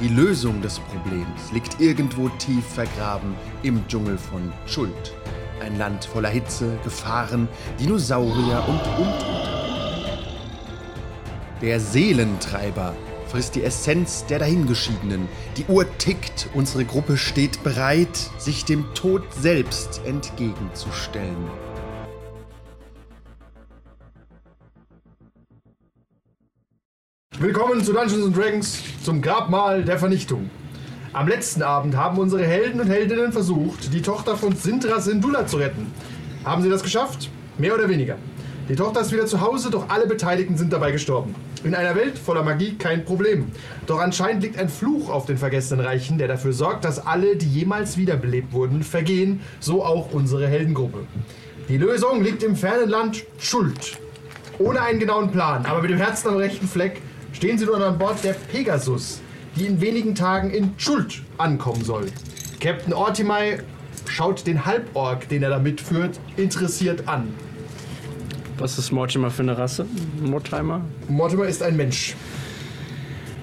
Die Lösung des Problems liegt irgendwo tief vergraben im Dschungel von Schuld. Ein Land voller Hitze, Gefahren, Dinosaurier und Untote. Der Seelentreiber frisst die Essenz der Dahingeschiedenen. Die Uhr tickt, unsere Gruppe steht bereit, sich dem Tod selbst entgegenzustellen. Willkommen zu Dungeons and Dragons zum Grabmal der Vernichtung. Am letzten Abend haben unsere Helden und Heldinnen versucht, die Tochter von Sintra Sindula zu retten. Haben sie das geschafft? Mehr oder weniger. Die Tochter ist wieder zu Hause, doch alle Beteiligten sind dabei gestorben. In einer Welt voller Magie kein Problem. Doch anscheinend liegt ein Fluch auf den vergessenen Reichen, der dafür sorgt, dass alle, die jemals wiederbelebt wurden, vergehen, so auch unsere Heldengruppe. Die Lösung liegt im fernen Land Schuld. Ohne einen genauen Plan, aber mit dem Herzen am rechten Fleck stehen sie nun an Bord der Pegasus, die in wenigen Tagen in Schuld ankommen soll. Captain Ortimai schaut den Halborg, den er da mitführt, interessiert an. Was ist Mortimer für eine Rasse? Mortimer? Mortimer ist ein Mensch.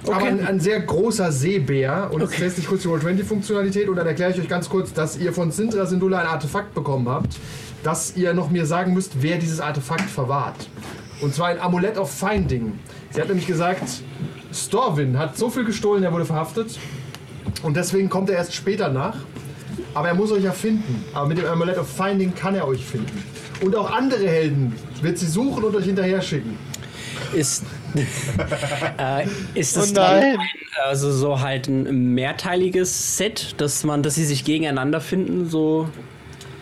Aber ein, ein sehr großer Seebär und es lässt sich kurz die Roll20-Funktionalität und dann erkläre ich euch ganz kurz, dass ihr von Sintra Sindula ein Artefakt bekommen habt, dass ihr noch mir sagen müsst, wer dieses Artefakt verwahrt. Und zwar ein Amulett of Finding. Sie hat nämlich gesagt, Storwin hat so viel gestohlen, er wurde verhaftet und deswegen kommt er erst später nach. Aber er muss euch ja finden. Aber mit dem Amulett of Finding kann er euch finden. Und auch andere Helden wird sie suchen und euch hinterher schicken. Ist, äh, ist Oh es dann also so halt ein mehrteiliges Set, dass man, dass sie sich gegeneinander finden, so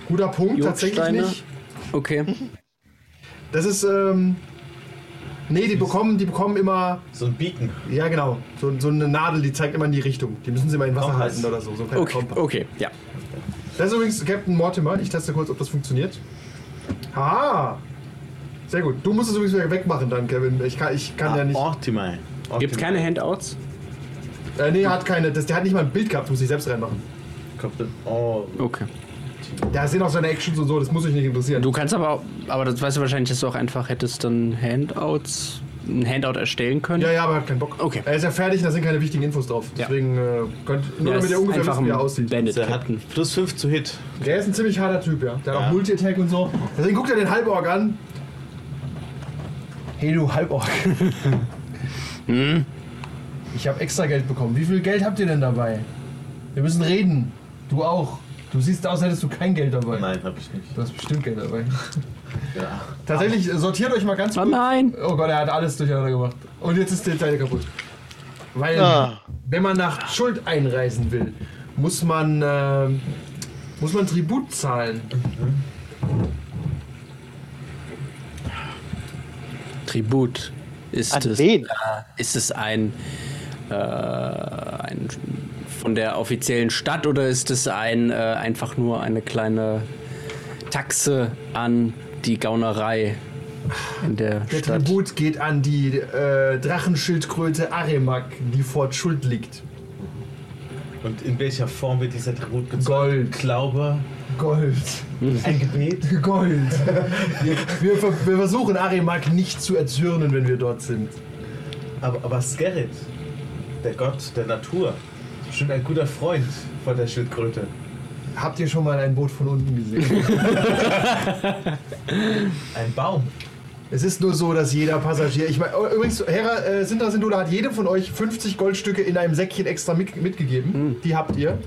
Guter Punkt, tatsächlich Jodsteine? nicht. Okay. Das ist, ähm. Nee, die bekommen, die beacon immer. So ein Beacon. Ja, genau. So, so eine Nadel, die zeigt immer in die Richtung. Die müssen sie immer in Wasser Kompass. halten oder so. so ein kleiner Okay, Kompass. okay, ja. Das ist übrigens Captain Mortimer. Ich teste kurz, ob das funktioniert. Ah! Sehr gut. Du musst es übrigens wieder wegmachen dann, Kevin. Ich kann, ich Ah, kann ja nicht. oh. Optimal. Gibt keine Handouts? Äh, nee, er hat keine. Das, der hat nicht mal ein Bild gehabt, muss ich selbst reinmachen. Oh, Okay. Da sind auch seine Actions und so, das muss euch nicht interessieren. Du kannst aber, aber das weißt du wahrscheinlich, dass du auch einfach hättest dann Handouts, ein Handout erstellen können. Ja, ja, aber er hat keinen Bock. Okay. Er ist ja fertig, da sind keine wichtigen Infos drauf. Ja. Deswegen äh, könnt, nur Ja, damit ist ihr ungefähr einfach wisst, wie er ein aussieht. Bandit der hat Captain. plus 5 zu Hit. Der ist ein ziemlich harter Typ, ja. Der hat Ja. auch Multi-Attack und so. Deswegen guckt er den Halborg an. Hey du Halborg. Ich habe extra Geld bekommen. Wie viel Geld habt ihr denn dabei? Wir müssen reden. Du auch. Du siehst aus, hättest du kein Geld dabei. Nein, hab ich nicht. Du hast bestimmt Geld dabei. Ja. Tatsächlich, äh, sortiert euch mal ganz Oh kurz. nein! Oh Gott, er hat alles durcheinander gemacht. Und jetzt ist der Teil kaputt. Weil, Ah. wenn man nach Schuld einreisen will, muss man, äh, muss man Tribut zahlen. Tribut. Ist An es, wen? Äh, ist es ein, äh, ein von der offiziellen Stadt oder ist es ein äh, einfach nur eine kleine Taxe an die Gaunerei in der, Der Stadt? Tribut geht an die äh, Drachenschildkröte Aremak, die vor Schuld liegt. Und in welcher Form wird dieser Tribut gezollt? Gold. Glaube, Gold. ein Gebet. Gold. Wir, wir, ver- wir versuchen Aremak nicht zu erzürnen, wenn wir dort sind. Aber, aber Skerrit, der Gott der Natur, ist bestimmt ein guter Freund von der Schildkröte. Habt ihr schon mal ein Boot von unten gesehen? Ein Baum. es ist nur so, dass jeder Passagier. Ich meine, übrigens, Hera äh, Sintra Sindula hat jedem von euch 50 Goldstücke in einem Säckchen extra mit, mitgegeben. Die habt ihr.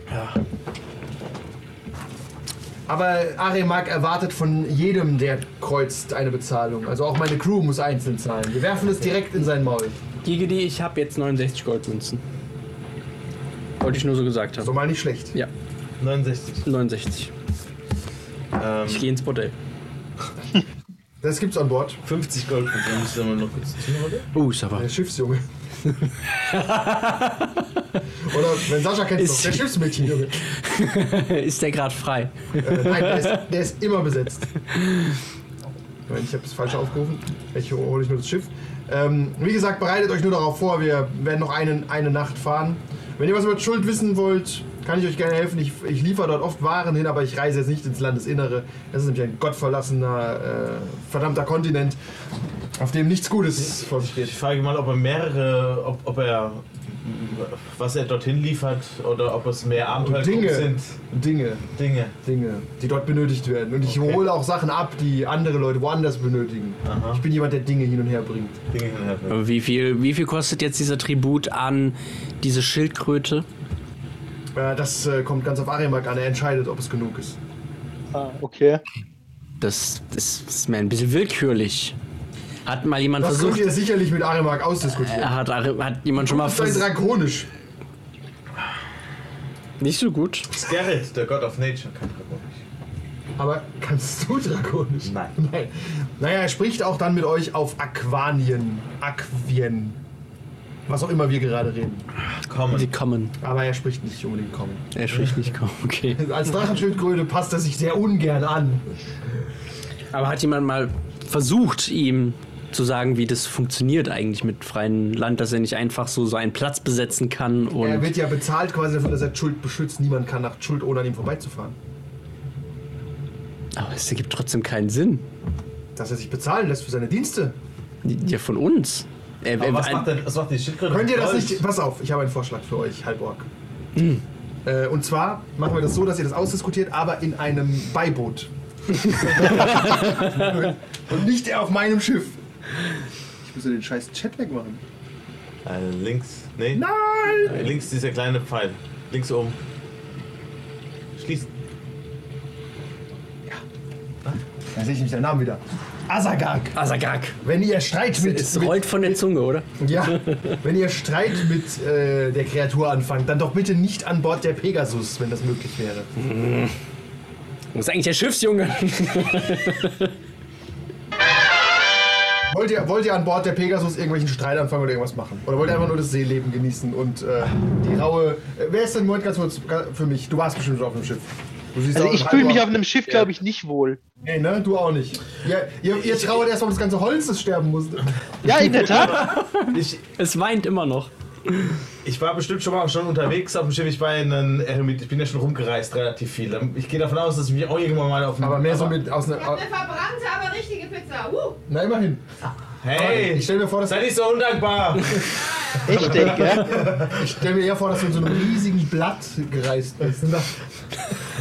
Aber Aremak erwartet von jedem, der kreuzt, eine Bezahlung. Also auch meine Crew muss einzeln zahlen. Wir werfen es direkt in sein Maul. Gigidi, ich habe jetzt 69 Goldmünzen. Wollte ich nur so gesagt haben. So mal nicht schlecht. Ja, 69. 69. Ich Ähm, gehe ins Bordell. Das gibt's an Bord. 50 Gold. Und dann müssen wir noch kurz tun, oder? Uh, ist aber. Der Schiffsjunge. Oder wenn Sascha kennt Ist- noch, der Schiffsmädchen, Junge. ist der gerade frei? Äh, nein, der ist, der ist immer besetzt. Moment, ich habe es falsch aufgerufen. Ich hole ich nur das Schiff. Ähm, wie gesagt, bereitet euch nur darauf vor, wir werden noch einen, eine Nacht fahren. Wenn ihr was über die Schuld wissen wollt, kann ich euch gerne helfen. Ich, ich liefere dort oft Waren hin, aber ich reise jetzt nicht ins Landesinnere. Das ist nämlich ein gottverlassener, äh, verdammter Kontinent, auf dem nichts Gutes vor sich geht. Ich frage mal, ob er mehrere, ob, ob er, was er dorthin liefert oder ob es mehr Abenteuer Dinge. sind. Dinge, Dinge. Dinge, die dort benötigt werden. Und ich Okay. hole auch Sachen ab, die andere Leute woanders benötigen. Aha. Ich bin jemand, der Dinge hin und her bringt. Dinge hin und her bringen. Aber Wie viel, wie viel kostet jetzt dieser Tribut an diese Schildkröte? Äh, das äh, kommt ganz auf Arimak an. Er entscheidet, ob es genug ist. Ah, okay. Das, das ist mir ein bisschen willkürlich. Hat mal jemand Das könnt versucht? ihr sicherlich mit Arimak ausdiskutieren. Hat, hat jemand schon mal Das ist versucht? ein drakonisch. Nicht so gut. Skerrit, der Gott of Nature, kann ich Aber kannst du drakonisch? Nein. Nein. Naja, er spricht auch dann mit euch auf Aquanien. Aquien. Was auch immer wir gerade reden. Sie Kommen. kommen. Aber er spricht nicht unbedingt kommen. Er spricht nicht kommen, okay. Als Drachenschildkröte passt er sich sehr ungern an. Aber hat jemand mal versucht, ihm zu sagen, wie das funktioniert eigentlich mit freiem Land, dass er nicht einfach so seinen Platz besetzen kann er und wird ja bezahlt quasi dafür, dass er Schuld beschützt. Niemand kann nach Schuld ohne an ihm vorbeizufahren. aber es ergibt trotzdem keinen Sinn. Dass er sich bezahlen lässt für seine Dienste. Ja, von uns. Er, Aber er- was macht, denn, was macht die Schildkröte? Könnt ihr das Gold? nicht. Pass auf, ich habe einen Vorschlag für euch, Halborg. Äh, und zwar machen wir das so, dass ihr das ausdiskutiert, aber in einem Beiboot. und nicht auf meinem Schiff. Ich muss ja den scheiß Chat wegmachen. Äh, links. Nee. Nein! Äh, Links dieser kleine Pfeil. Links oben. Schließen. Da sehe ich nämlich deinen Namen wieder. Asagag. Asagak. Wenn ihr Streit mit. Es rollt von der Zunge, oder? mit ja, wenn ihr Streit mit äh, der Kreatur anfangt, dann doch bitte nicht an Bord der Pegasus, wenn das möglich wäre. Das ist eigentlich der Schiffsjunge. Wollt ihr, wollt ihr an Bord der Pegasus irgendwelchen Streit anfangen oder irgendwas machen? Oder wollt ihr einfach nur das Seeleben genießen und äh, die raue. Äh, wer ist denn Moment ganz kurz ga- für mich? Du warst bestimmt schon auf dem Schiff. Du siehst Also auch- ich fühle mich Halvor- auf einem Schiff, glaube ich, nicht wohl. Nee, ne? Du auch nicht. Ihr, ihr, ihr trauert erstmal um das ganze Holz, das sterben musste. Ja, in der Tat. Ich, Es weint immer noch. ich war bestimmt schon mal schon unterwegs auf dem Schiff. Ich war in einem Eremit. Ich bin ja schon rumgereist, relativ viel. Ich gehe davon aus, dass ich mich auch irgendwann mal auf dem. Aber mehr so mit aus Ich einer. hab eine verbrannte, aber richtige Pizza. Uh, Na, immerhin. Hey! Ich stell mir vor, dass- Sei nicht so undankbar! Echt, gell? Ich stell mir eher vor, dass du in so einem riesigen Blatt gereist bist.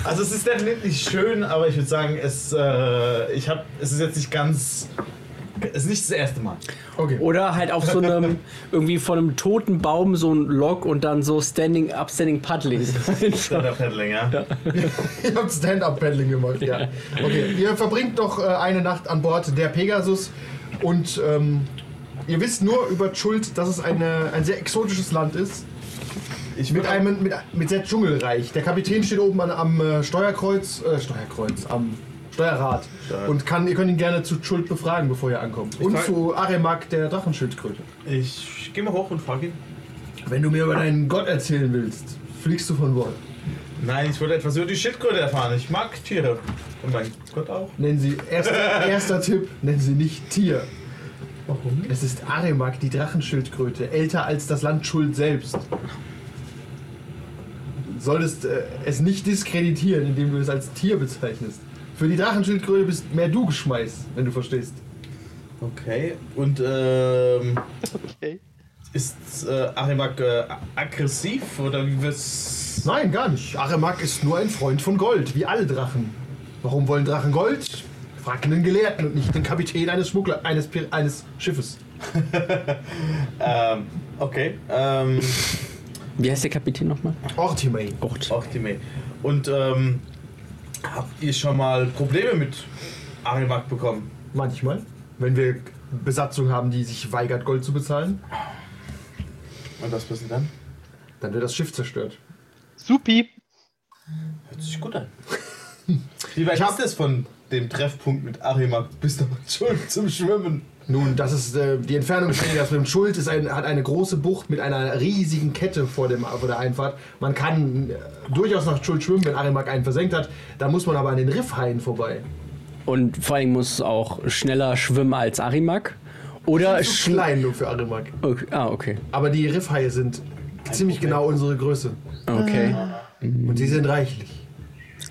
Also es ist definitiv nicht schön, aber ich würde sagen, es, äh, ich hab, es ist jetzt nicht ganz... Es ist nicht das erste Mal. Okay. Oder halt auf so einem, irgendwie von einem toten Baum so ein Log und dann so Standing Up, Standing Paddling. Paddling, ja? Ihr habt Stand-up-Paddling gemacht, ja. Okay, ihr verbringt noch äh, eine Nacht an Bord der Pegasus und ähm, ihr wisst nur über Schuld, dass es eine, ein sehr exotisches Land ist. Ich Mit würde einem mit, mit sehr dschungelreich. Der Kapitän steht oben an, am äh, Steuerkreuz, äh, Steuerkreuz, am Steuerrad und kann, ihr könnt ihn gerne zu Schuld befragen, bevor ihr ankommt. Und frag- zu Aremak, der Drachenschildkröte. Ich gehe mal hoch und frage ihn. Wenn du mir über deinen Gott erzählen willst, fliegst du von Bord. Nein, ich wollte etwas über die Schildkröte erfahren. Ich mag Tiere. Und mein Gott auch. Nennen Sie, erster, erster Tipp, nennen Sie nicht Tier. Warum? Es ist Aremak, die Drachenschildkröte, älter als das Land Schuld selbst. Solltest äh, es nicht diskreditieren, indem du es als Tier bezeichnest. Für die Drachenschildkröte bist mehr du geschmeißt, wenn du verstehst. Okay. Und ähm, Okay. ist äh, Arimak äh, aggressiv oder wie wird's... Nein, gar nicht. Aremak ist nur ein Freund von Gold, wie alle Drachen. Warum wollen Drachen Gold? Frag einen Gelehrten und nicht den Kapitän eines Schmuggler, eines, Pir- eines Schiffes. Ähm, okay. Ähm, Wie heißt der Kapitän nochmal? Ortimain. Gott. Optime. Und ähm, habt ihr schon mal Probleme mit Arimak bekommen? Manchmal. Wenn wir Besatzung haben, die sich weigert, Gold zu bezahlen, Und was passiert dann? dann wird das Schiff zerstört. Supi. Hört sich gut an. Wie weit Ich hab- ist das von dem Treffpunkt mit Arimak bis nach Schuld zum Schwimmen? Nun, das ist äh, die Entfernung ist weniger als mit dem Schuld. Ist ein, hat eine große Bucht mit einer riesigen Kette vor, dem, vor der Einfahrt. Man kann äh, durchaus nach Schuld schwimmen, wenn Arimak einen versenkt hat. Da muss man aber an den Riffhaien vorbei. Und vor allem muss es auch schneller schwimmen als Arimak. Oder Zu schl klein nur für Arimak. okay. Ah, okay. Aber die Riffhaie sind ziemlich genau unsere Größe. Mhm. Okay. Und sie sind reichlich.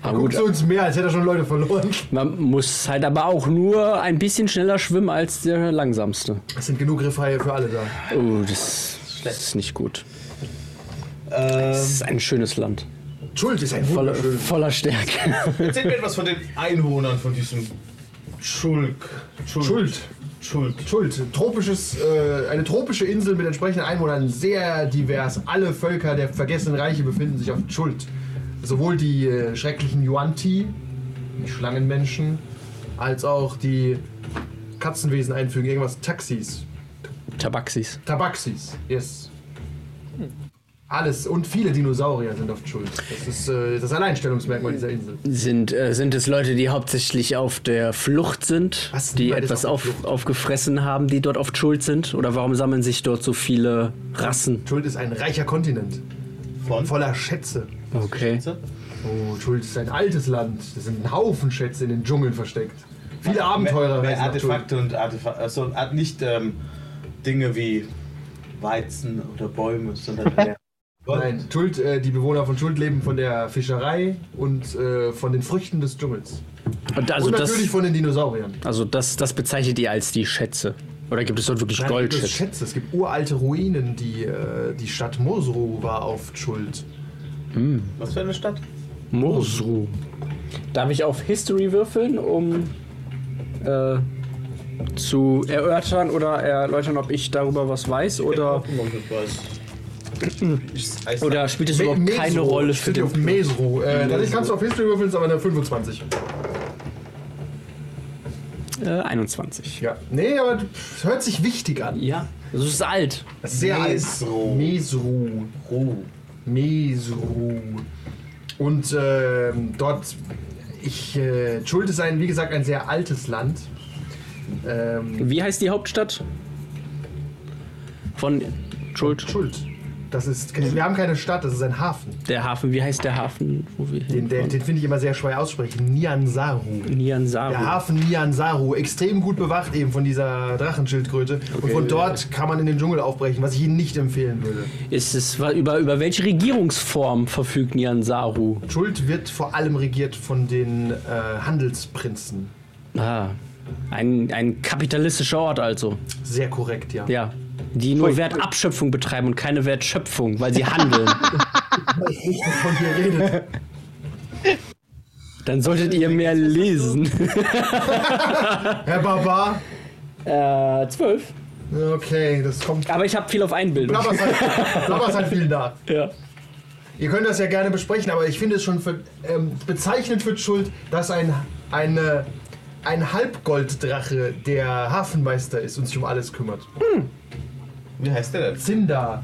Aber Guckt Ah, gut, zu uns mehr, als hätte er schon Leute verloren. man muss halt aber auch nur ein bisschen schneller schwimmen als der langsamste. Es sind genug Riffhaie für alle da. Oh, das, das ist nicht gut. Es Ähm, ist ein schönes Land. Schuld ist ein Voller, wunderschönes. voller Stärke. erzähl mir etwas von den Einwohnern von diesem Schulk. Schulk. Schuld. Schulk. Schuld, tropisches, äh, eine tropische Insel mit entsprechenden Einwohnern, sehr divers. Alle Völker der vergessenen Reiche befinden sich auf Schuld. Sowohl die äh, schrecklichen Yuan-Ti, die Schlangenmenschen, als auch die Katzenwesen einfügen, irgendwas Taxis, Tabaxis. Tabaxis, yes. Alles und viele Dinosaurier sind auf Schuld. Das ist äh, das Alleinstellungsmerkmal dieser Insel. Sind, äh, sind es Leute, die hauptsächlich auf der Flucht sind, Was? die Niemand ist etwas auf auf der Flucht. aufgefressen haben, die dort oft schuld sind? Oder warum sammeln sich dort so viele Rassen? Schuld ist ein reicher Kontinent, Von? voller Schätze. Okay. Oh, Schuld ist ein altes Land. Da sind ein Haufen Schätze in den Dschungeln versteckt. Viele Abenteurer Mehr reisen nach Schuld. Artefakte und Artefakte. Also Art- nicht ähm, Dinge wie Weizen oder Bäume, sondern mehr. Nein, Schuld, äh, die Bewohner von Schuld leben von der Fischerei und äh, von den Früchten des Dschungels. Und also und das, natürlich von den Dinosauriern. also das, das bezeichnet ihr als die Schätze. Oder gibt es dort wirklich Nein, es gibt Goldschätze? Schätze. Es gibt uralte Ruinen, die äh, die Stadt Mosru war auf Schuld. Was für eine Stadt? Morsru. Darf ich auf History würfeln, um äh, zu erörtern oder erläutern, ob ich darüber was weiß? Oder, Ich, ich oder spielt es Me- überhaupt Mesru. keine Rolle für Steht den auf Mesru. Äh, Dadurch kannst du auf History würfeln, ist aber eine 25. äh, 21? Ja. Nee, aber pff, hört sich wichtig an. Ja. Das Also ist alt. Sehr Mesru. alt. Mesru. Mesru. Und ähm, dort, ich, äh, Schuld ist ein, wie gesagt, ein sehr altes Land. Ähm, Wie heißt die Hauptstadt? Von Schuld. Schuld. Das ist, wir haben keine Stadt, das ist ein Hafen. Der Hafen, wie heißt der Hafen, wo wir Den, den, den finde ich immer sehr schwer aussprechen. Niansaru. Niansaru. Der Hafen Niansaru, extrem gut bewacht eben von dieser Drachenschildkröte. Und von dort kann man in den Dschungel aufbrechen, was ich Ihnen nicht empfehlen würde. Ist es, über, über welche Regierungsform verfügt Niansaru? Schuld wird vor allem regiert von den äh, Handelsprinzen. Ah, ein, ein kapitalistischer Ort also. Sehr korrekt, ja. Ja. Die nur Wertabschöpfung betreiben und keine Wertschöpfung, weil sie handeln. Von hier redet. Dann solltet ihr mehr lesen. Herr Barbar. Äh, zwölf. Okay, das kommt. Aber ich habe viel auf Einbildung. Blabbers hat, Blabbers hat viel da. Ja. Ihr könnt das ja gerne besprechen, aber ich finde es schon für, ähm, bezeichnend für die Schuld, dass ein, eine, ein Halbgolddrache der Hafenmeister ist und sich um alles kümmert. Wie heißt der denn? Zinda.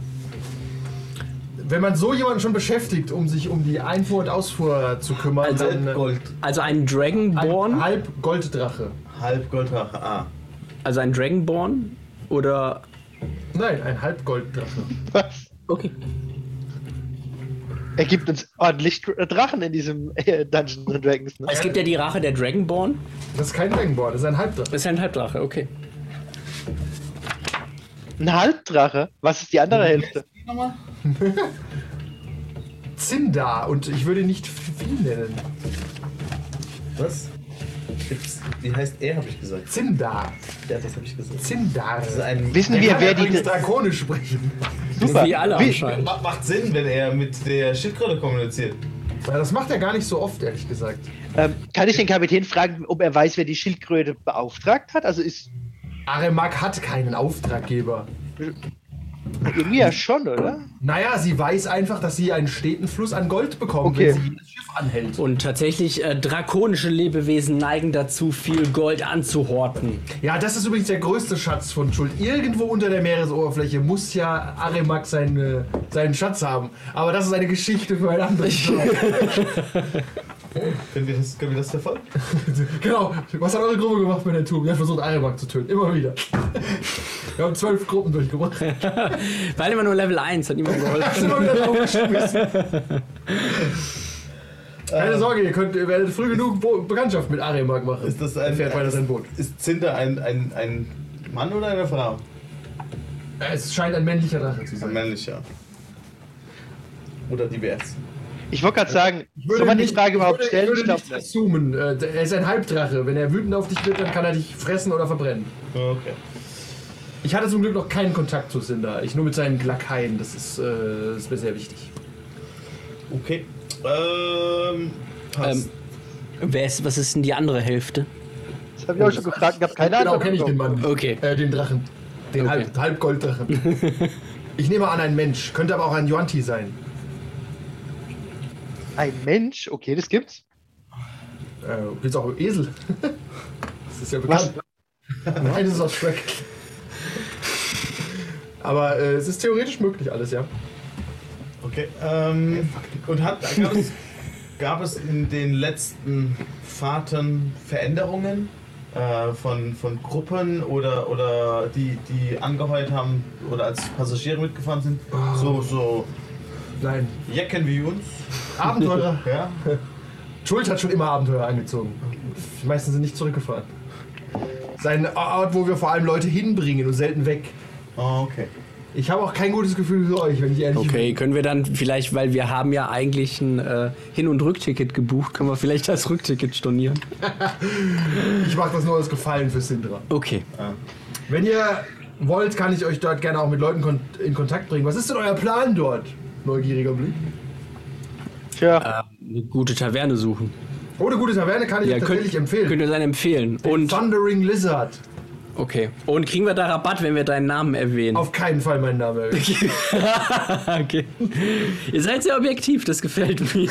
Wenn man so jemanden schon beschäftigt, um sich um die Einfuhr und Ausfuhr zu kümmern, Also dann. äh, Gold. Also ein ein Dragonborn. Halbgolddrache. Halb Golddrache. Ah. Also ein Dragonborn oder. Nein, ein Halbgolddrache. Was? Okay. Er gibt uns ordentlich Dr- Drachen in diesem äh, Dungeons and Dragons. Ne? Es gibt ja die Rache der Dragonborn. Das ist kein Dragonborn, das ist ein Halbdrache. Das ist ja ein Halbdrache, okay. Ein Halbdrache. Was ist die andere Hälfte? Zinda und ich würde ihn nicht viel nennen. Was? Gibt's, wie heißt er, habe ich gesagt. Zinda. Ja, das habe ich gesagt. Zindar. Das ist ein, Wissen Der wir, kann Also wer die. übrigens Drakonisch sprechen. Super. Wie alle Wie- anscheinend. Ma- macht Sinn, wenn er mit der Schildkröte kommuniziert. Ja, das macht er gar nicht so oft, ehrlich gesagt. Ähm, kann ich den Kapitän fragen, ob er weiß, wer die Schildkröte beauftragt hat? Also ist Aremak hat keinen Auftraggeber. irgendwie ja schon, oder? Naja, sie weiß einfach, dass sie einen steten Fluss an Gold bekommen, Okay. wenn sie jedes Schiff anhält. Und tatsächlich, äh, drakonische Lebewesen neigen dazu, viel Gold anzuhorten. Ja, das ist übrigens der größte Schatz von Schuld. Irgendwo unter der Meeresoberfläche muss ja Aremak seine, seinen Schatz haben. Aber das ist eine Geschichte für ein anderes Mal. Können wir das, können wir das verfolgen? Genau, was hat eure Gruppe gemacht bei der Tour? Wir haben versucht, Eierbach zu töten, immer wieder. Wir haben zwölf Gruppen durchgemacht. Wir Weil immer nur Level 1 hat niemand geholfen. sind immer wieder drauf geschmissen. Keine Ähm, Sorge, ihr, könnt, ihr werdet früh genug Bo Bekanntschaft mit Aremark machen. Ist das ein fährt weiter sein Boot. Ist Zinter ein, ein, ein Mann oder eine Frau? Es scheint ein männlicher Drache zu Ist ein sein. männlicher. Oder divers. Ich wollte gerade sagen, soll man die Frage überhaupt ich stellen? würde, ich Ich würde glaube nicht nicht. assumen. Äh, Er ist ein Halbdrache. Wenn er wütend auf dich wird, dann kann er dich fressen oder verbrennen. Okay. Ich hatte zum Glück noch keinen Kontakt zu Cinder. Ich nur mit seinen Lakaien. Das ist, äh, ist mir sehr wichtig. Okay. Ähm. Ähm, Passt. Wer ist, was ist denn die andere Hälfte? Das habe ich auch schon gefragt und habe keine Genau, Ahnung. kenne ich den Mann. Okay. Äh, den Drachen. Den Okay. Halb Halbgolddrachen. ich nehme an, ein Mensch. Könnte aber auch ein Yuanti sein. Ein Mensch? Okay, das gibt's. Äh, jetzt auch Esel. das ist ja bekannt. Nein, das ist aus Shrek. Aber äh, es ist theoretisch möglich alles, ja. Okay. Ähm, und hat, gab, es, gab es in den letzten Fahrten Veränderungen äh, von, von Gruppen oder, oder die, die angeheuert haben oder als Passagiere mitgefahren sind? So, so Nein. jecken wie uns. Abenteurer. Ja. Schuld hat schon immer Abenteuer angezogen. Die meisten sind nicht zurückgefahren. Sein Ort, wo wir vor allem Leute hinbringen und selten weg. Ah, okay. Ich habe auch kein gutes Gefühl für euch, wenn ich ehrlich Okay, können wir dann vielleicht, weil wir haben ja eigentlich ein äh, Hin- und Rückticket gebucht, können wir vielleicht das Rückticket stornieren? bin. Ich mache das nur als Gefallen für Sindra. Okay. Wenn ihr wollt, kann ich euch dort gerne auch mit Leuten kon in Kontakt bringen. Was ist denn euer Plan dort? Neugieriger Blick. Tja, Ähm, Eine gute Taverne suchen. Ohne gute Taverne kann ich euch könnt, tatsächlich empfehlen. könnt ihr dann empfehlen. Und, Thundering Lizard. okay. Und kriegen wir da Rabatt, wenn wir deinen Namen erwähnen? Auf keinen Fall mein Name. okay. ihr seid sehr objektiv, das gefällt mir.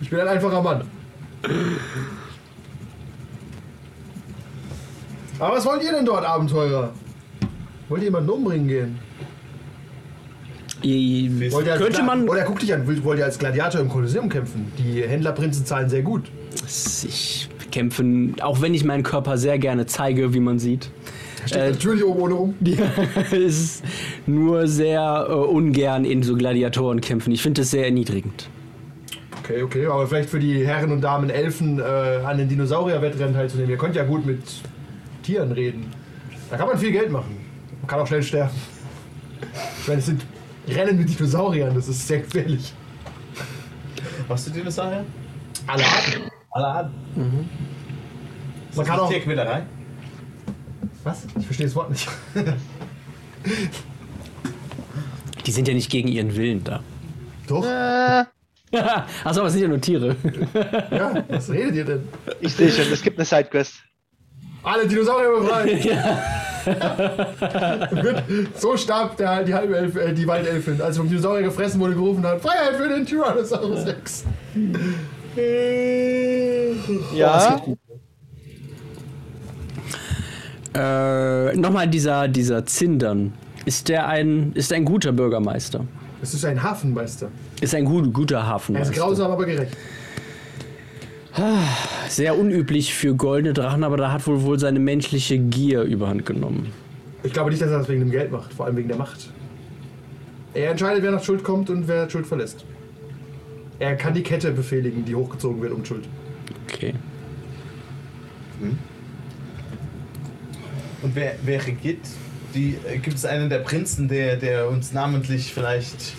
Ich bin ein einfacher Mann. Aber was wollt ihr denn dort, Abenteurer? Wollt ihr jemanden umbringen gehen? Ihr- Wollt ihr als könnte Gla- man. Oder guck dich an, wollt wollt ihr als Gladiator im Kolosseum kämpfen? Die Händlerprinzen zahlen sehr gut. Ich kämpfe, auch wenn ich meinen Körper sehr gerne zeige, wie man sieht. Steht Äh, natürlich oben ohne rum. Ja, es ist nur sehr äh, ungern in so Gladiatorenkämpfen. Ich finde es sehr erniedrigend. Okay, okay, aber vielleicht für die Herren und Damen Elfen äh, an den Dinosaurier-Wettrennen teilzunehmen. Ihr könnt ja gut mit Tieren reden. Da kann man viel Geld machen. Man kann auch schnell sterben. Ich meine, es sind Rennen mit Dinosauriern, das ist sehr gefährlich. Was du dir das daher? Alle Arten. Alle Man kann auch. Tierquälerei. Was? Ich verstehe das Wort nicht. Die sind ja nicht gegen ihren Willen da. Doch? Achso, aber es sind ja nur Tiere. Ja, was redet ihr denn? ich sehe schon, es gibt eine Sidequest. Alle Dinosaurier befreien! Gut, so starb der, die, halbe Elf, äh, die Waldelfin, als sie vom Dinosaurier gefressen wurde, gerufen hat: Freiheit für den Tyrannosaurus Rex! Ja, äh, nochmal dieser, dieser Zindern. Ist der ein, ist ein guter Bürgermeister? Es ist ein Hafenmeister. Ist ein gut, guter Er ist Hafenmeister. grausam, aber gerecht. Sehr unüblich für goldene Drachen, aber da hat wohl wohl seine menschliche Gier überhand genommen. Ich glaube nicht, dass er das wegen dem Geld macht, vor allem wegen der Macht. Er entscheidet, wer nach Schuld kommt und wer Schuld verlässt. Er kann die Kette befehligen, die hochgezogen wird um Schuld. Okay. Und wer, wer regiert? Die, äh, gibt es einen der Prinzen, der, der uns namentlich vielleicht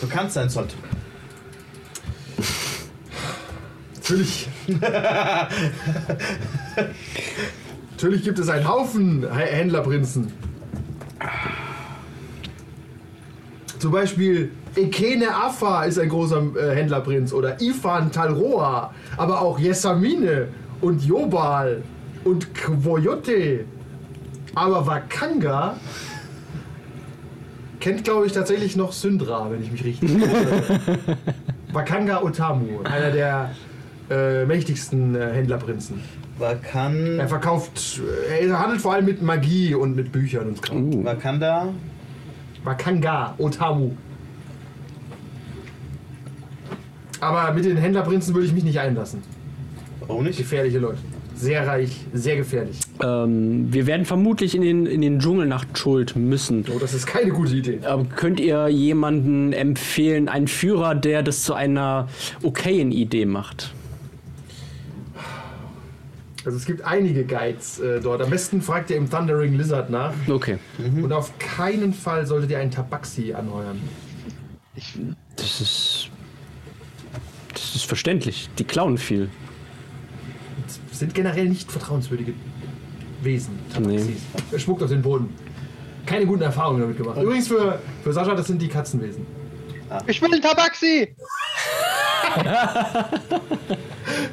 bekannt sein sollte? Natürlich. Natürlich gibt es einen Haufen H- Händlerprinzen. Zum Beispiel Ekene Afa ist ein großer äh, Händlerprinz oder Ifan Talroa, aber auch Yesamine und Jobal und Kwoyote. Aber Wakanga kennt, glaube ich, tatsächlich noch Syndra, wenn ich mich richtig erinnere. Wakanga Otamu, einer der äh, mächtigsten äh, Händlerprinzen. Er Wakan, verkauft, äh, er handelt vor allem mit Magie und mit Büchern und Kram. Uh. Wakanda, Wakanga Otamu. Aber mit den Händlerprinzen würde ich mich nicht einlassen. Warum nicht? Gefährliche Leute. Sehr reich, sehr gefährlich. Ähm, wir werden vermutlich in den, in den Dschungel nach Schuld müssen. Oh, das ist keine gute Idee. Ähm, könnt ihr jemanden empfehlen, einen Führer, der das zu einer okayen Idee macht? Also es gibt einige Guides äh, dort. Am besten fragt ihr im Thundering Lizard nach. Okay. Und auf keinen Fall solltet ihr einen Tabaxi anheuern. Das ist. Das ist verständlich. Die klauen viel. Das sind generell nicht vertrauenswürdige Wesen, Tabaxis. Er spuckt auf den Boden. Keine guten Erfahrungen damit gemacht. Übrigens für, für Sascha, das sind die Katzenwesen. Ich will ein Tabaxi!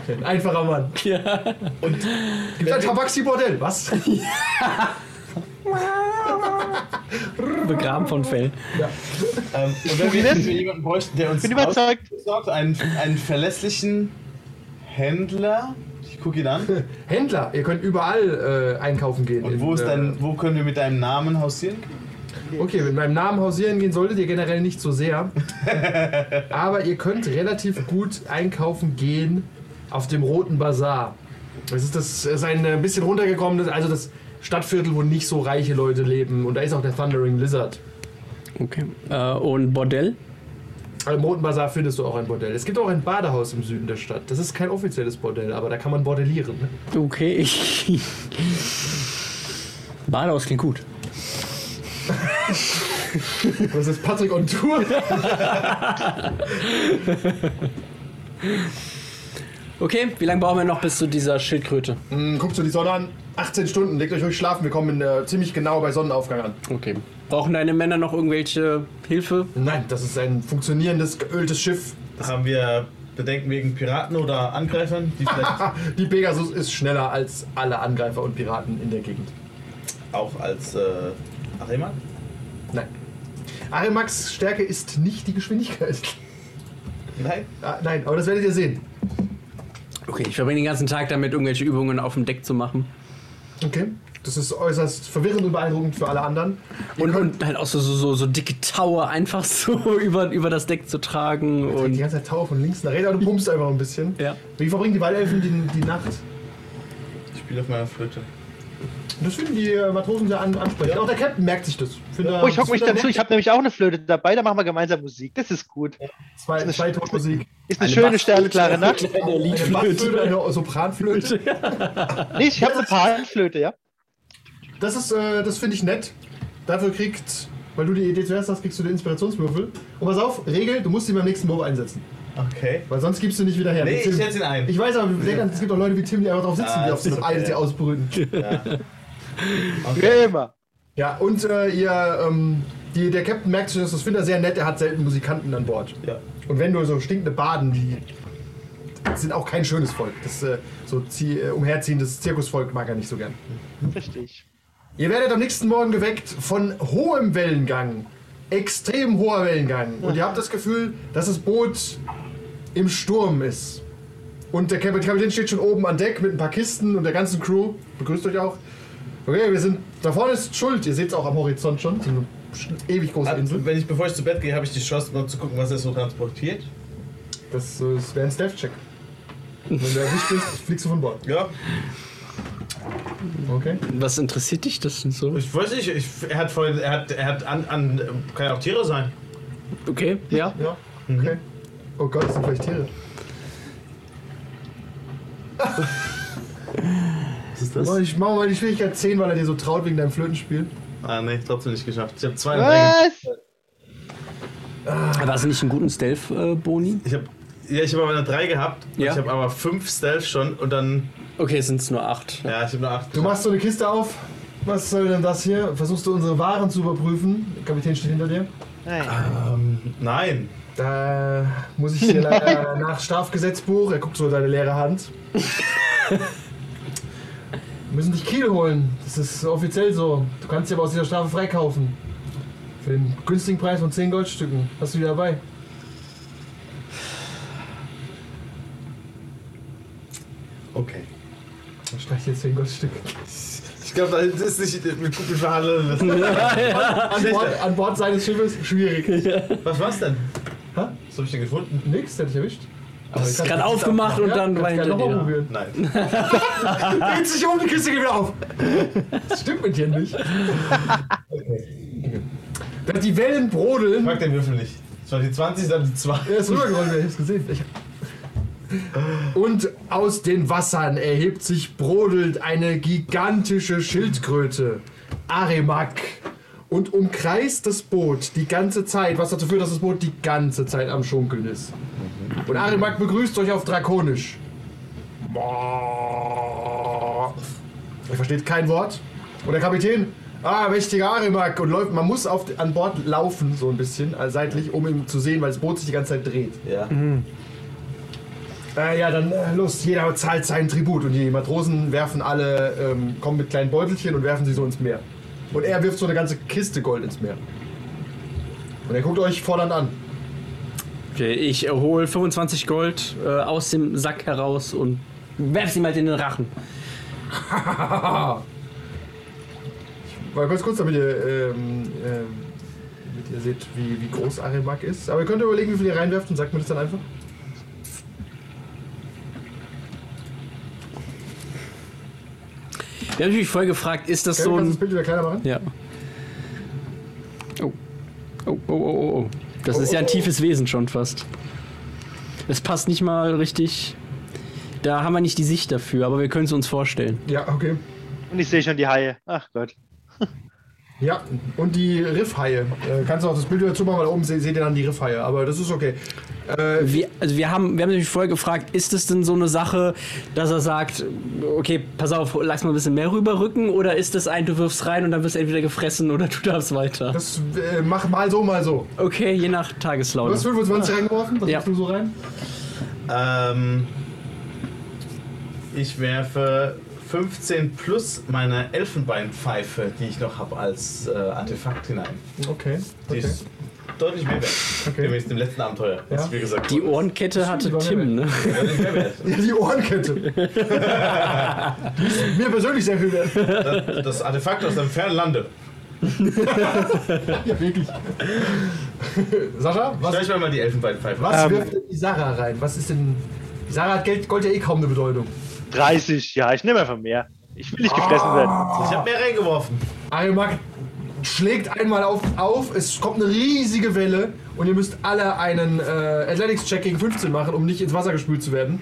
Ein einfacher Mann. Ja. Und gibt ein Tabaxi-Bordell. Was? Begraben von Fell. Ähm, und wenn wir für jemanden bräuchten, der uns Bin überzeugt. besorgt, einen, einen verlässlichen Händler. Ich gucke ihn an. Händler, ihr könnt überall äh, einkaufen gehen. Und In, wo ist äh, dein, wo können wir mit deinem Namen hausieren? Okay, mit meinem Namen hausieren gehen solltet ihr generell nicht so sehr. Aber ihr könnt relativ gut einkaufen gehen auf dem Roten Bazar. Das ist, das ist ein äh, bisschen runtergekommenes, also das Stadtviertel, wo nicht so reiche Leute leben. Und da ist auch der Thundering Lizard. Okay. Äh, und Bordell? Also Im Roten Bazar findest du auch ein Bordell. Es gibt auch ein Badehaus im Süden der Stadt. Das ist kein offizielles Bordell, aber da kann man bordellieren. Okay. Badehaus klingt gut. Das ist Patrick on Tour. Okay, wie lange brauchen wir noch bis zu dieser Schildkröte? Guckt so die Sonne an. 18 Stunden, legt euch ruhig schlafen. Wir kommen äh, ziemlich genau bei Sonnenaufgang an. Okay. Brauchen deine Männer noch irgendwelche Hilfe? Nein, das ist ein funktionierendes, geöltes Schiff. Haben wir Bedenken wegen Piraten oder Angreifern? Die vielleicht Ah, die Pegasus ist schneller als alle Angreifer und Piraten in der Gegend. auch als äh, Arema? Nein. Arimax Stärke ist nicht die Geschwindigkeit. Nein? Ah, nein, aber das werdet ihr sehen. Okay, ich verbringe den ganzen Tag damit, irgendwelche Übungen auf dem Deck zu machen. Okay. Das ist äußerst verwirrend und beeindruckend für alle anderen. Ihr Und, könnt- und halt auch so, so, so, so dicke Tower einfach so über, über das Deck zu tragen. die Und ganze Zeit Tau von links nach rechts, aber du pumpst einfach ein bisschen. Ja. Wie verbringen die Waldelfen die, die Nacht? Ich spiele auf meiner Flöte. Das finden die äh, Matrosen sehr an, ansprechend. Auch der Captain merkt sich das. Finde- Oh, ich das hocke mich finde dazu. Ich habe nämlich auch eine Flöte dabei. Da machen wir gemeinsam Musik. Das ist gut. Zwei, zwei Tonmusik. Ist eine, schöne, sternklare Nacht. Eine Eine Bassflöte, eine Sopranflöte. Nee, ich habe eine Panflöte, ja? Das ist, äh, das finde ich nett. Dafür kriegt, weil du die Idee zuerst hast, kriegst du den Inspirationswürfel. Und pass auf, Regel, du musst ihn beim nächsten Wurf einsetzen. Okay. Weil sonst gibst du nicht wieder her. Nee, Wie Tim. ich setz ihn ein. Ich weiß aber, wir sehen, es gibt auch Leute wie Tim, die einfach drauf sitzen, Ah, die auf so ist einem okay. Eis die ausbrüten. Wie immer. Ja, und äh, ihr, ähm, die, der Captain merkt sich das, das findet er sehr nett, er hat selten Musikanten an Bord. Ja. Und wenn du so stinkende Baden, die sind auch kein schönes Volk. Das äh, so zieh, äh, umherziehendes Zirkusvolk mag er nicht so gern. Verstehe ich. Ihr werdet am nächsten Morgen geweckt von hohem Wellengang. Extrem hoher Wellengang. Und ihr habt das Gefühl, dass das Boot im Sturm ist. Und der Kapitän Kapitän steht schon oben an Deck mit ein paar Kisten und der ganzen Crew. Begrüßt euch auch. Okay, wir sind. Da vorne ist Schuld. Ihr seht es auch am Horizont schon. So eine sch- ewig große Hat, Insel. wenn ich, bevor ich zu Bett gehe, habe ich die Chance, mal zu gucken, was er so transportiert. Das, äh, das wäre ein Stealth-Check. Wenn du erwischt bist, fliegst du von Bord. Ja. Okay. Was interessiert dich das denn so? Ich weiß nicht, ich, er hat vorhin, er hat, er hat an, an, kann ja auch Tiere sein. Okay, ja. Ja. Okay. Oh Gott, das sind vielleicht Tiere. Was ist Oh, ich mache mal die Schwierigkeit 10, weil er dir so traut wegen deinem Flötenspiel. Ah, nee, trotzdem nicht geschafft. Ich habe zwei Ah! Ringe. Was? War es nicht einen guten äh, Stealth-Boni? Ich habe ja, ich habe aber eine 3 gehabt. Ja. Ich habe aber 5 Stealth schon und dann. okay, es sind es nur acht. Ja, ich habe nur 8. Du machst so eine Kiste auf. Was soll denn das hier? Versuchst du unsere Waren zu überprüfen? Der Kapitän steht hinter dir. Nein. Nein. Da muss ich dir leider nach Strafgesetzbuch. Er guckt so deine leere Hand. Wir müssen dich Kiel holen. Das ist offiziell so. Du kannst dir aber aus dieser Strafe freikaufen. Für den günstigen Preis von 10 Goldstücken. Hast du die dabei? Okay. Dann streich dir 10 Goldstücke. Ich glaube, das ist nicht mit Kuppel verhandeln. An Bord, an Bord seines Schiffes? Schwierig. Was war's denn? Ha? Was habe ich denn gefunden? Nix, hätte ich erwischt. Aber Hast ich gerade hab- aufgemacht und Ja, dann kannst war gerne hinter nochmal dir. noch. probieren. Nein. Dreht sich um, die Kiste geht wieder auf. Das stimmt mit dir nicht. Okay. Dass die Wellen Ich brodeln. mag den Würfel nicht. Das war die 20, dann die 2. Er ist rübergerollt, ich hab's gesehen. Ich und aus den Wassern erhebt sich brodelnd eine gigantische Schildkröte, Arimak, und umkreist das Boot die ganze Zeit, was dazu führt, dass das Boot die ganze Zeit am Schunkeln ist. Und Arimak begrüßt euch auf Drakonisch. Er versteht kein Wort. Und der Kapitän, ah, mächtiger Arimak, und läuft, man muss auf, an Bord laufen, so ein bisschen, also seitlich, um ihn zu sehen, weil das Boot sich die ganze Zeit dreht. Ja. Äh, ja, dann äh, los, jeder zahlt seinen Tribut. Und die Matrosen werfen alle, ähm, kommen mit kleinen Beutelchen und werfen sie so ins Meer. Und er wirft so eine ganze Kiste Gold ins Meer. Und er guckt euch fordernd an. Okay, ich hole 25 Gold äh, aus dem Sack heraus und werf's ihm halt in den Rachen. Mal ganz kurz, damit ihr, ähm, ähm, damit ihr seht, wie, wie groß Arimak ist. Aber ihr könnt überlegen, wie viel ihr reinwerft und sagt mir das dann einfach. Ich habe mich voll gefragt, ist das Kannst so du das ein. Bild wieder kleiner machen? Ja. Oh. Oh, oh, oh, oh. Das Oh, ist ja ein oh, oh. tiefes Wesen schon fast. Es passt nicht mal richtig. Da haben wir nicht die Sicht dafür, aber wir können es uns vorstellen. Ja, okay. Und ich sehe schon die Haie. Ach Gott. Ja, und die Riffhaie. Äh, kannst du auch das Bild wieder zumachen, weil da oben se seht ihr dann die Riffhaie. Aber das ist okay. Äh, Wir, also wir haben, wir haben natürlich vorher gefragt, ist es denn so eine Sache, dass er sagt, okay, pass auf, lass mal ein bisschen mehr rüberrücken oder ist das ein, du wirfst rein und dann wirst du entweder gefressen oder du darfst weiter? das äh, mach mal so, mal so. Okay, je nach Du Tageslaune. hast 25 reingeworfen? Was Ja. machst du so rein? Ähm, ich werfe 15 plus meine Elfenbeinpfeife, die ich noch habe als äh, Artefakt hinein. Okay. Die okay. ist deutlich mehr wert. Okay. Gemäß dem letzten Abenteuer, was Ja. wir gesagt Die haben. Ohrenkette hatte die war Tim, ne? Deutlich mehr wert. Ja, die Ohrenkette. die ist mir persönlich sehr viel wert. Das, das Artefakt aus dem fernen Lande. Ja, wirklich. Sascha, was, Stell ich mir mal die Elfenbeinpfeife. was Ähm. wirft denn die Sarah rein? Was ist denn. Die Sarah hat Geld, Gold ja eh kaum eine Bedeutung. 30, ja, ich nehme einfach mehr. Ich will nicht gefressen werden. Ah. Ich habe mehr reingeworfen. Arimak schlägt einmal auf, auf, es kommt eine riesige Welle und ihr müsst alle einen äh, Athletics-Check gegen 15 machen, um nicht ins Wasser gespült zu werden.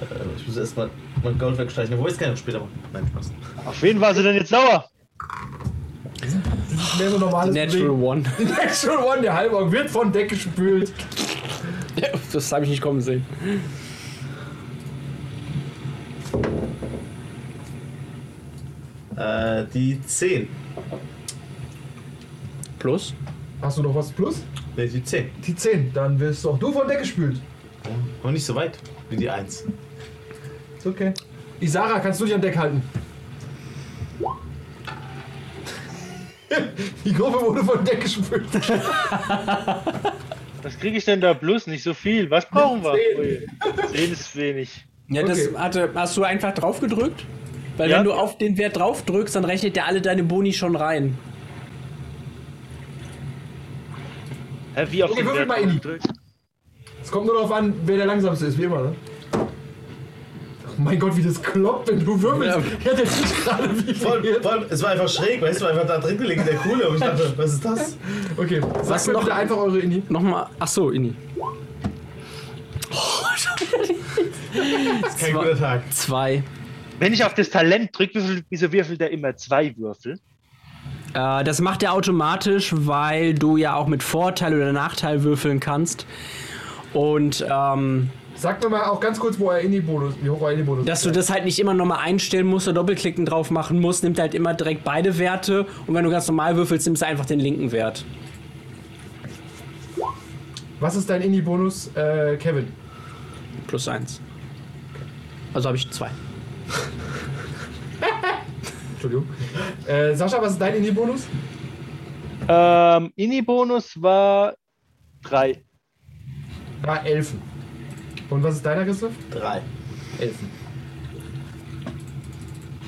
Äh, Ich muss erstmal mein Gold wegstreichen, wo ich es gerne später machen. Nein, Spaß. Auf wen war sie denn jetzt sauer? Das ist mehr so normales Natural Bewegen. One. Natural One, der Halbauge wird von Deck gespült. Das habe ich nicht kommen sehen. Äh, die 10. Plus? Hast du noch was plus? Ne, die 10. Die 10, dann wirst auch du von Deck gespült. Aber nicht so weit wie die 1. Ist okay. Isara, kannst du dich an Deck halten? Die Gruppe wurde von Deck gespült. Was kriege ich denn da bloß? Nicht so viel. Was brauchen wir? Ui. Zehn ist wenig. Ja, das das hatte, hast du einfach drauf gedrückt? Weil Ja. wenn du auf den Wert drauf drückst, dann rechnet der alle deine Boni schon rein. Hä, wie auf Okay, den würfel Wert mal in die- drückt? Es kommt nur darauf an, wer der langsamste ist, wie immer, ne? Oh mein Gott, wie das kloppt, wenn du wirbelst. Ja, der ist gerade wie Voll, voll. voll, es war einfach schräg, weißt du, war einfach da drin gelegen, der Coole. Und ich dachte, was ist das? Okay, sag Was mir noch? bitte einfach eure Ini. Nochmal, ach so, Inni. Kein Zwei. guter Tag. Zwei. Wenn ich auf das Talent drücke, würfel, wieso würfelt er immer zwei Würfel? Äh, das macht er automatisch, weil du ja auch mit Vorteil oder Nachteil würfeln kannst. Und ähm, Sag mir mal auch ganz kurz, wo euer Ini-Bonus, wie hoch euer Ini-Bonus dass ist. du das halt nicht immer nochmal einstellen musst oder doppelklicken drauf machen musst, nimmt halt immer direkt beide Werte. Und wenn du ganz normal würfelst, nimmst du einfach den linken Wert. Was ist dein Ini-Bonus, äh, Kevin? Plus eins. Also habe ich zwei. Entschuldigung. Äh, Sascha, was ist dein Ini-Bonus? Ähm, Inni-Bonus war drei. Ah, Elfen. Und was ist deiner, Christoph? Drei. Elfen.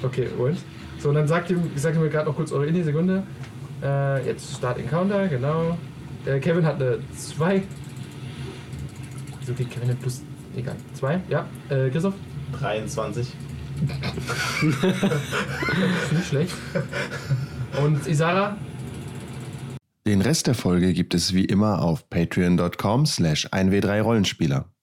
Okay, und? So, und dann sagt ihr, sagt ihr mir gerade noch kurz eure Indie, Äh, Sekunde. Äh, jetzt Start Encounter, genau. Der Kevin hat eine 2. Wieso kriegt Kevin denn plus. Egal. Zwei? Ja. Äh, Christoph? 23. Ist nicht schlecht. Und Isara? Den Rest der Folge gibt es wie immer auf patreon.com slash 1w3rollenspieler.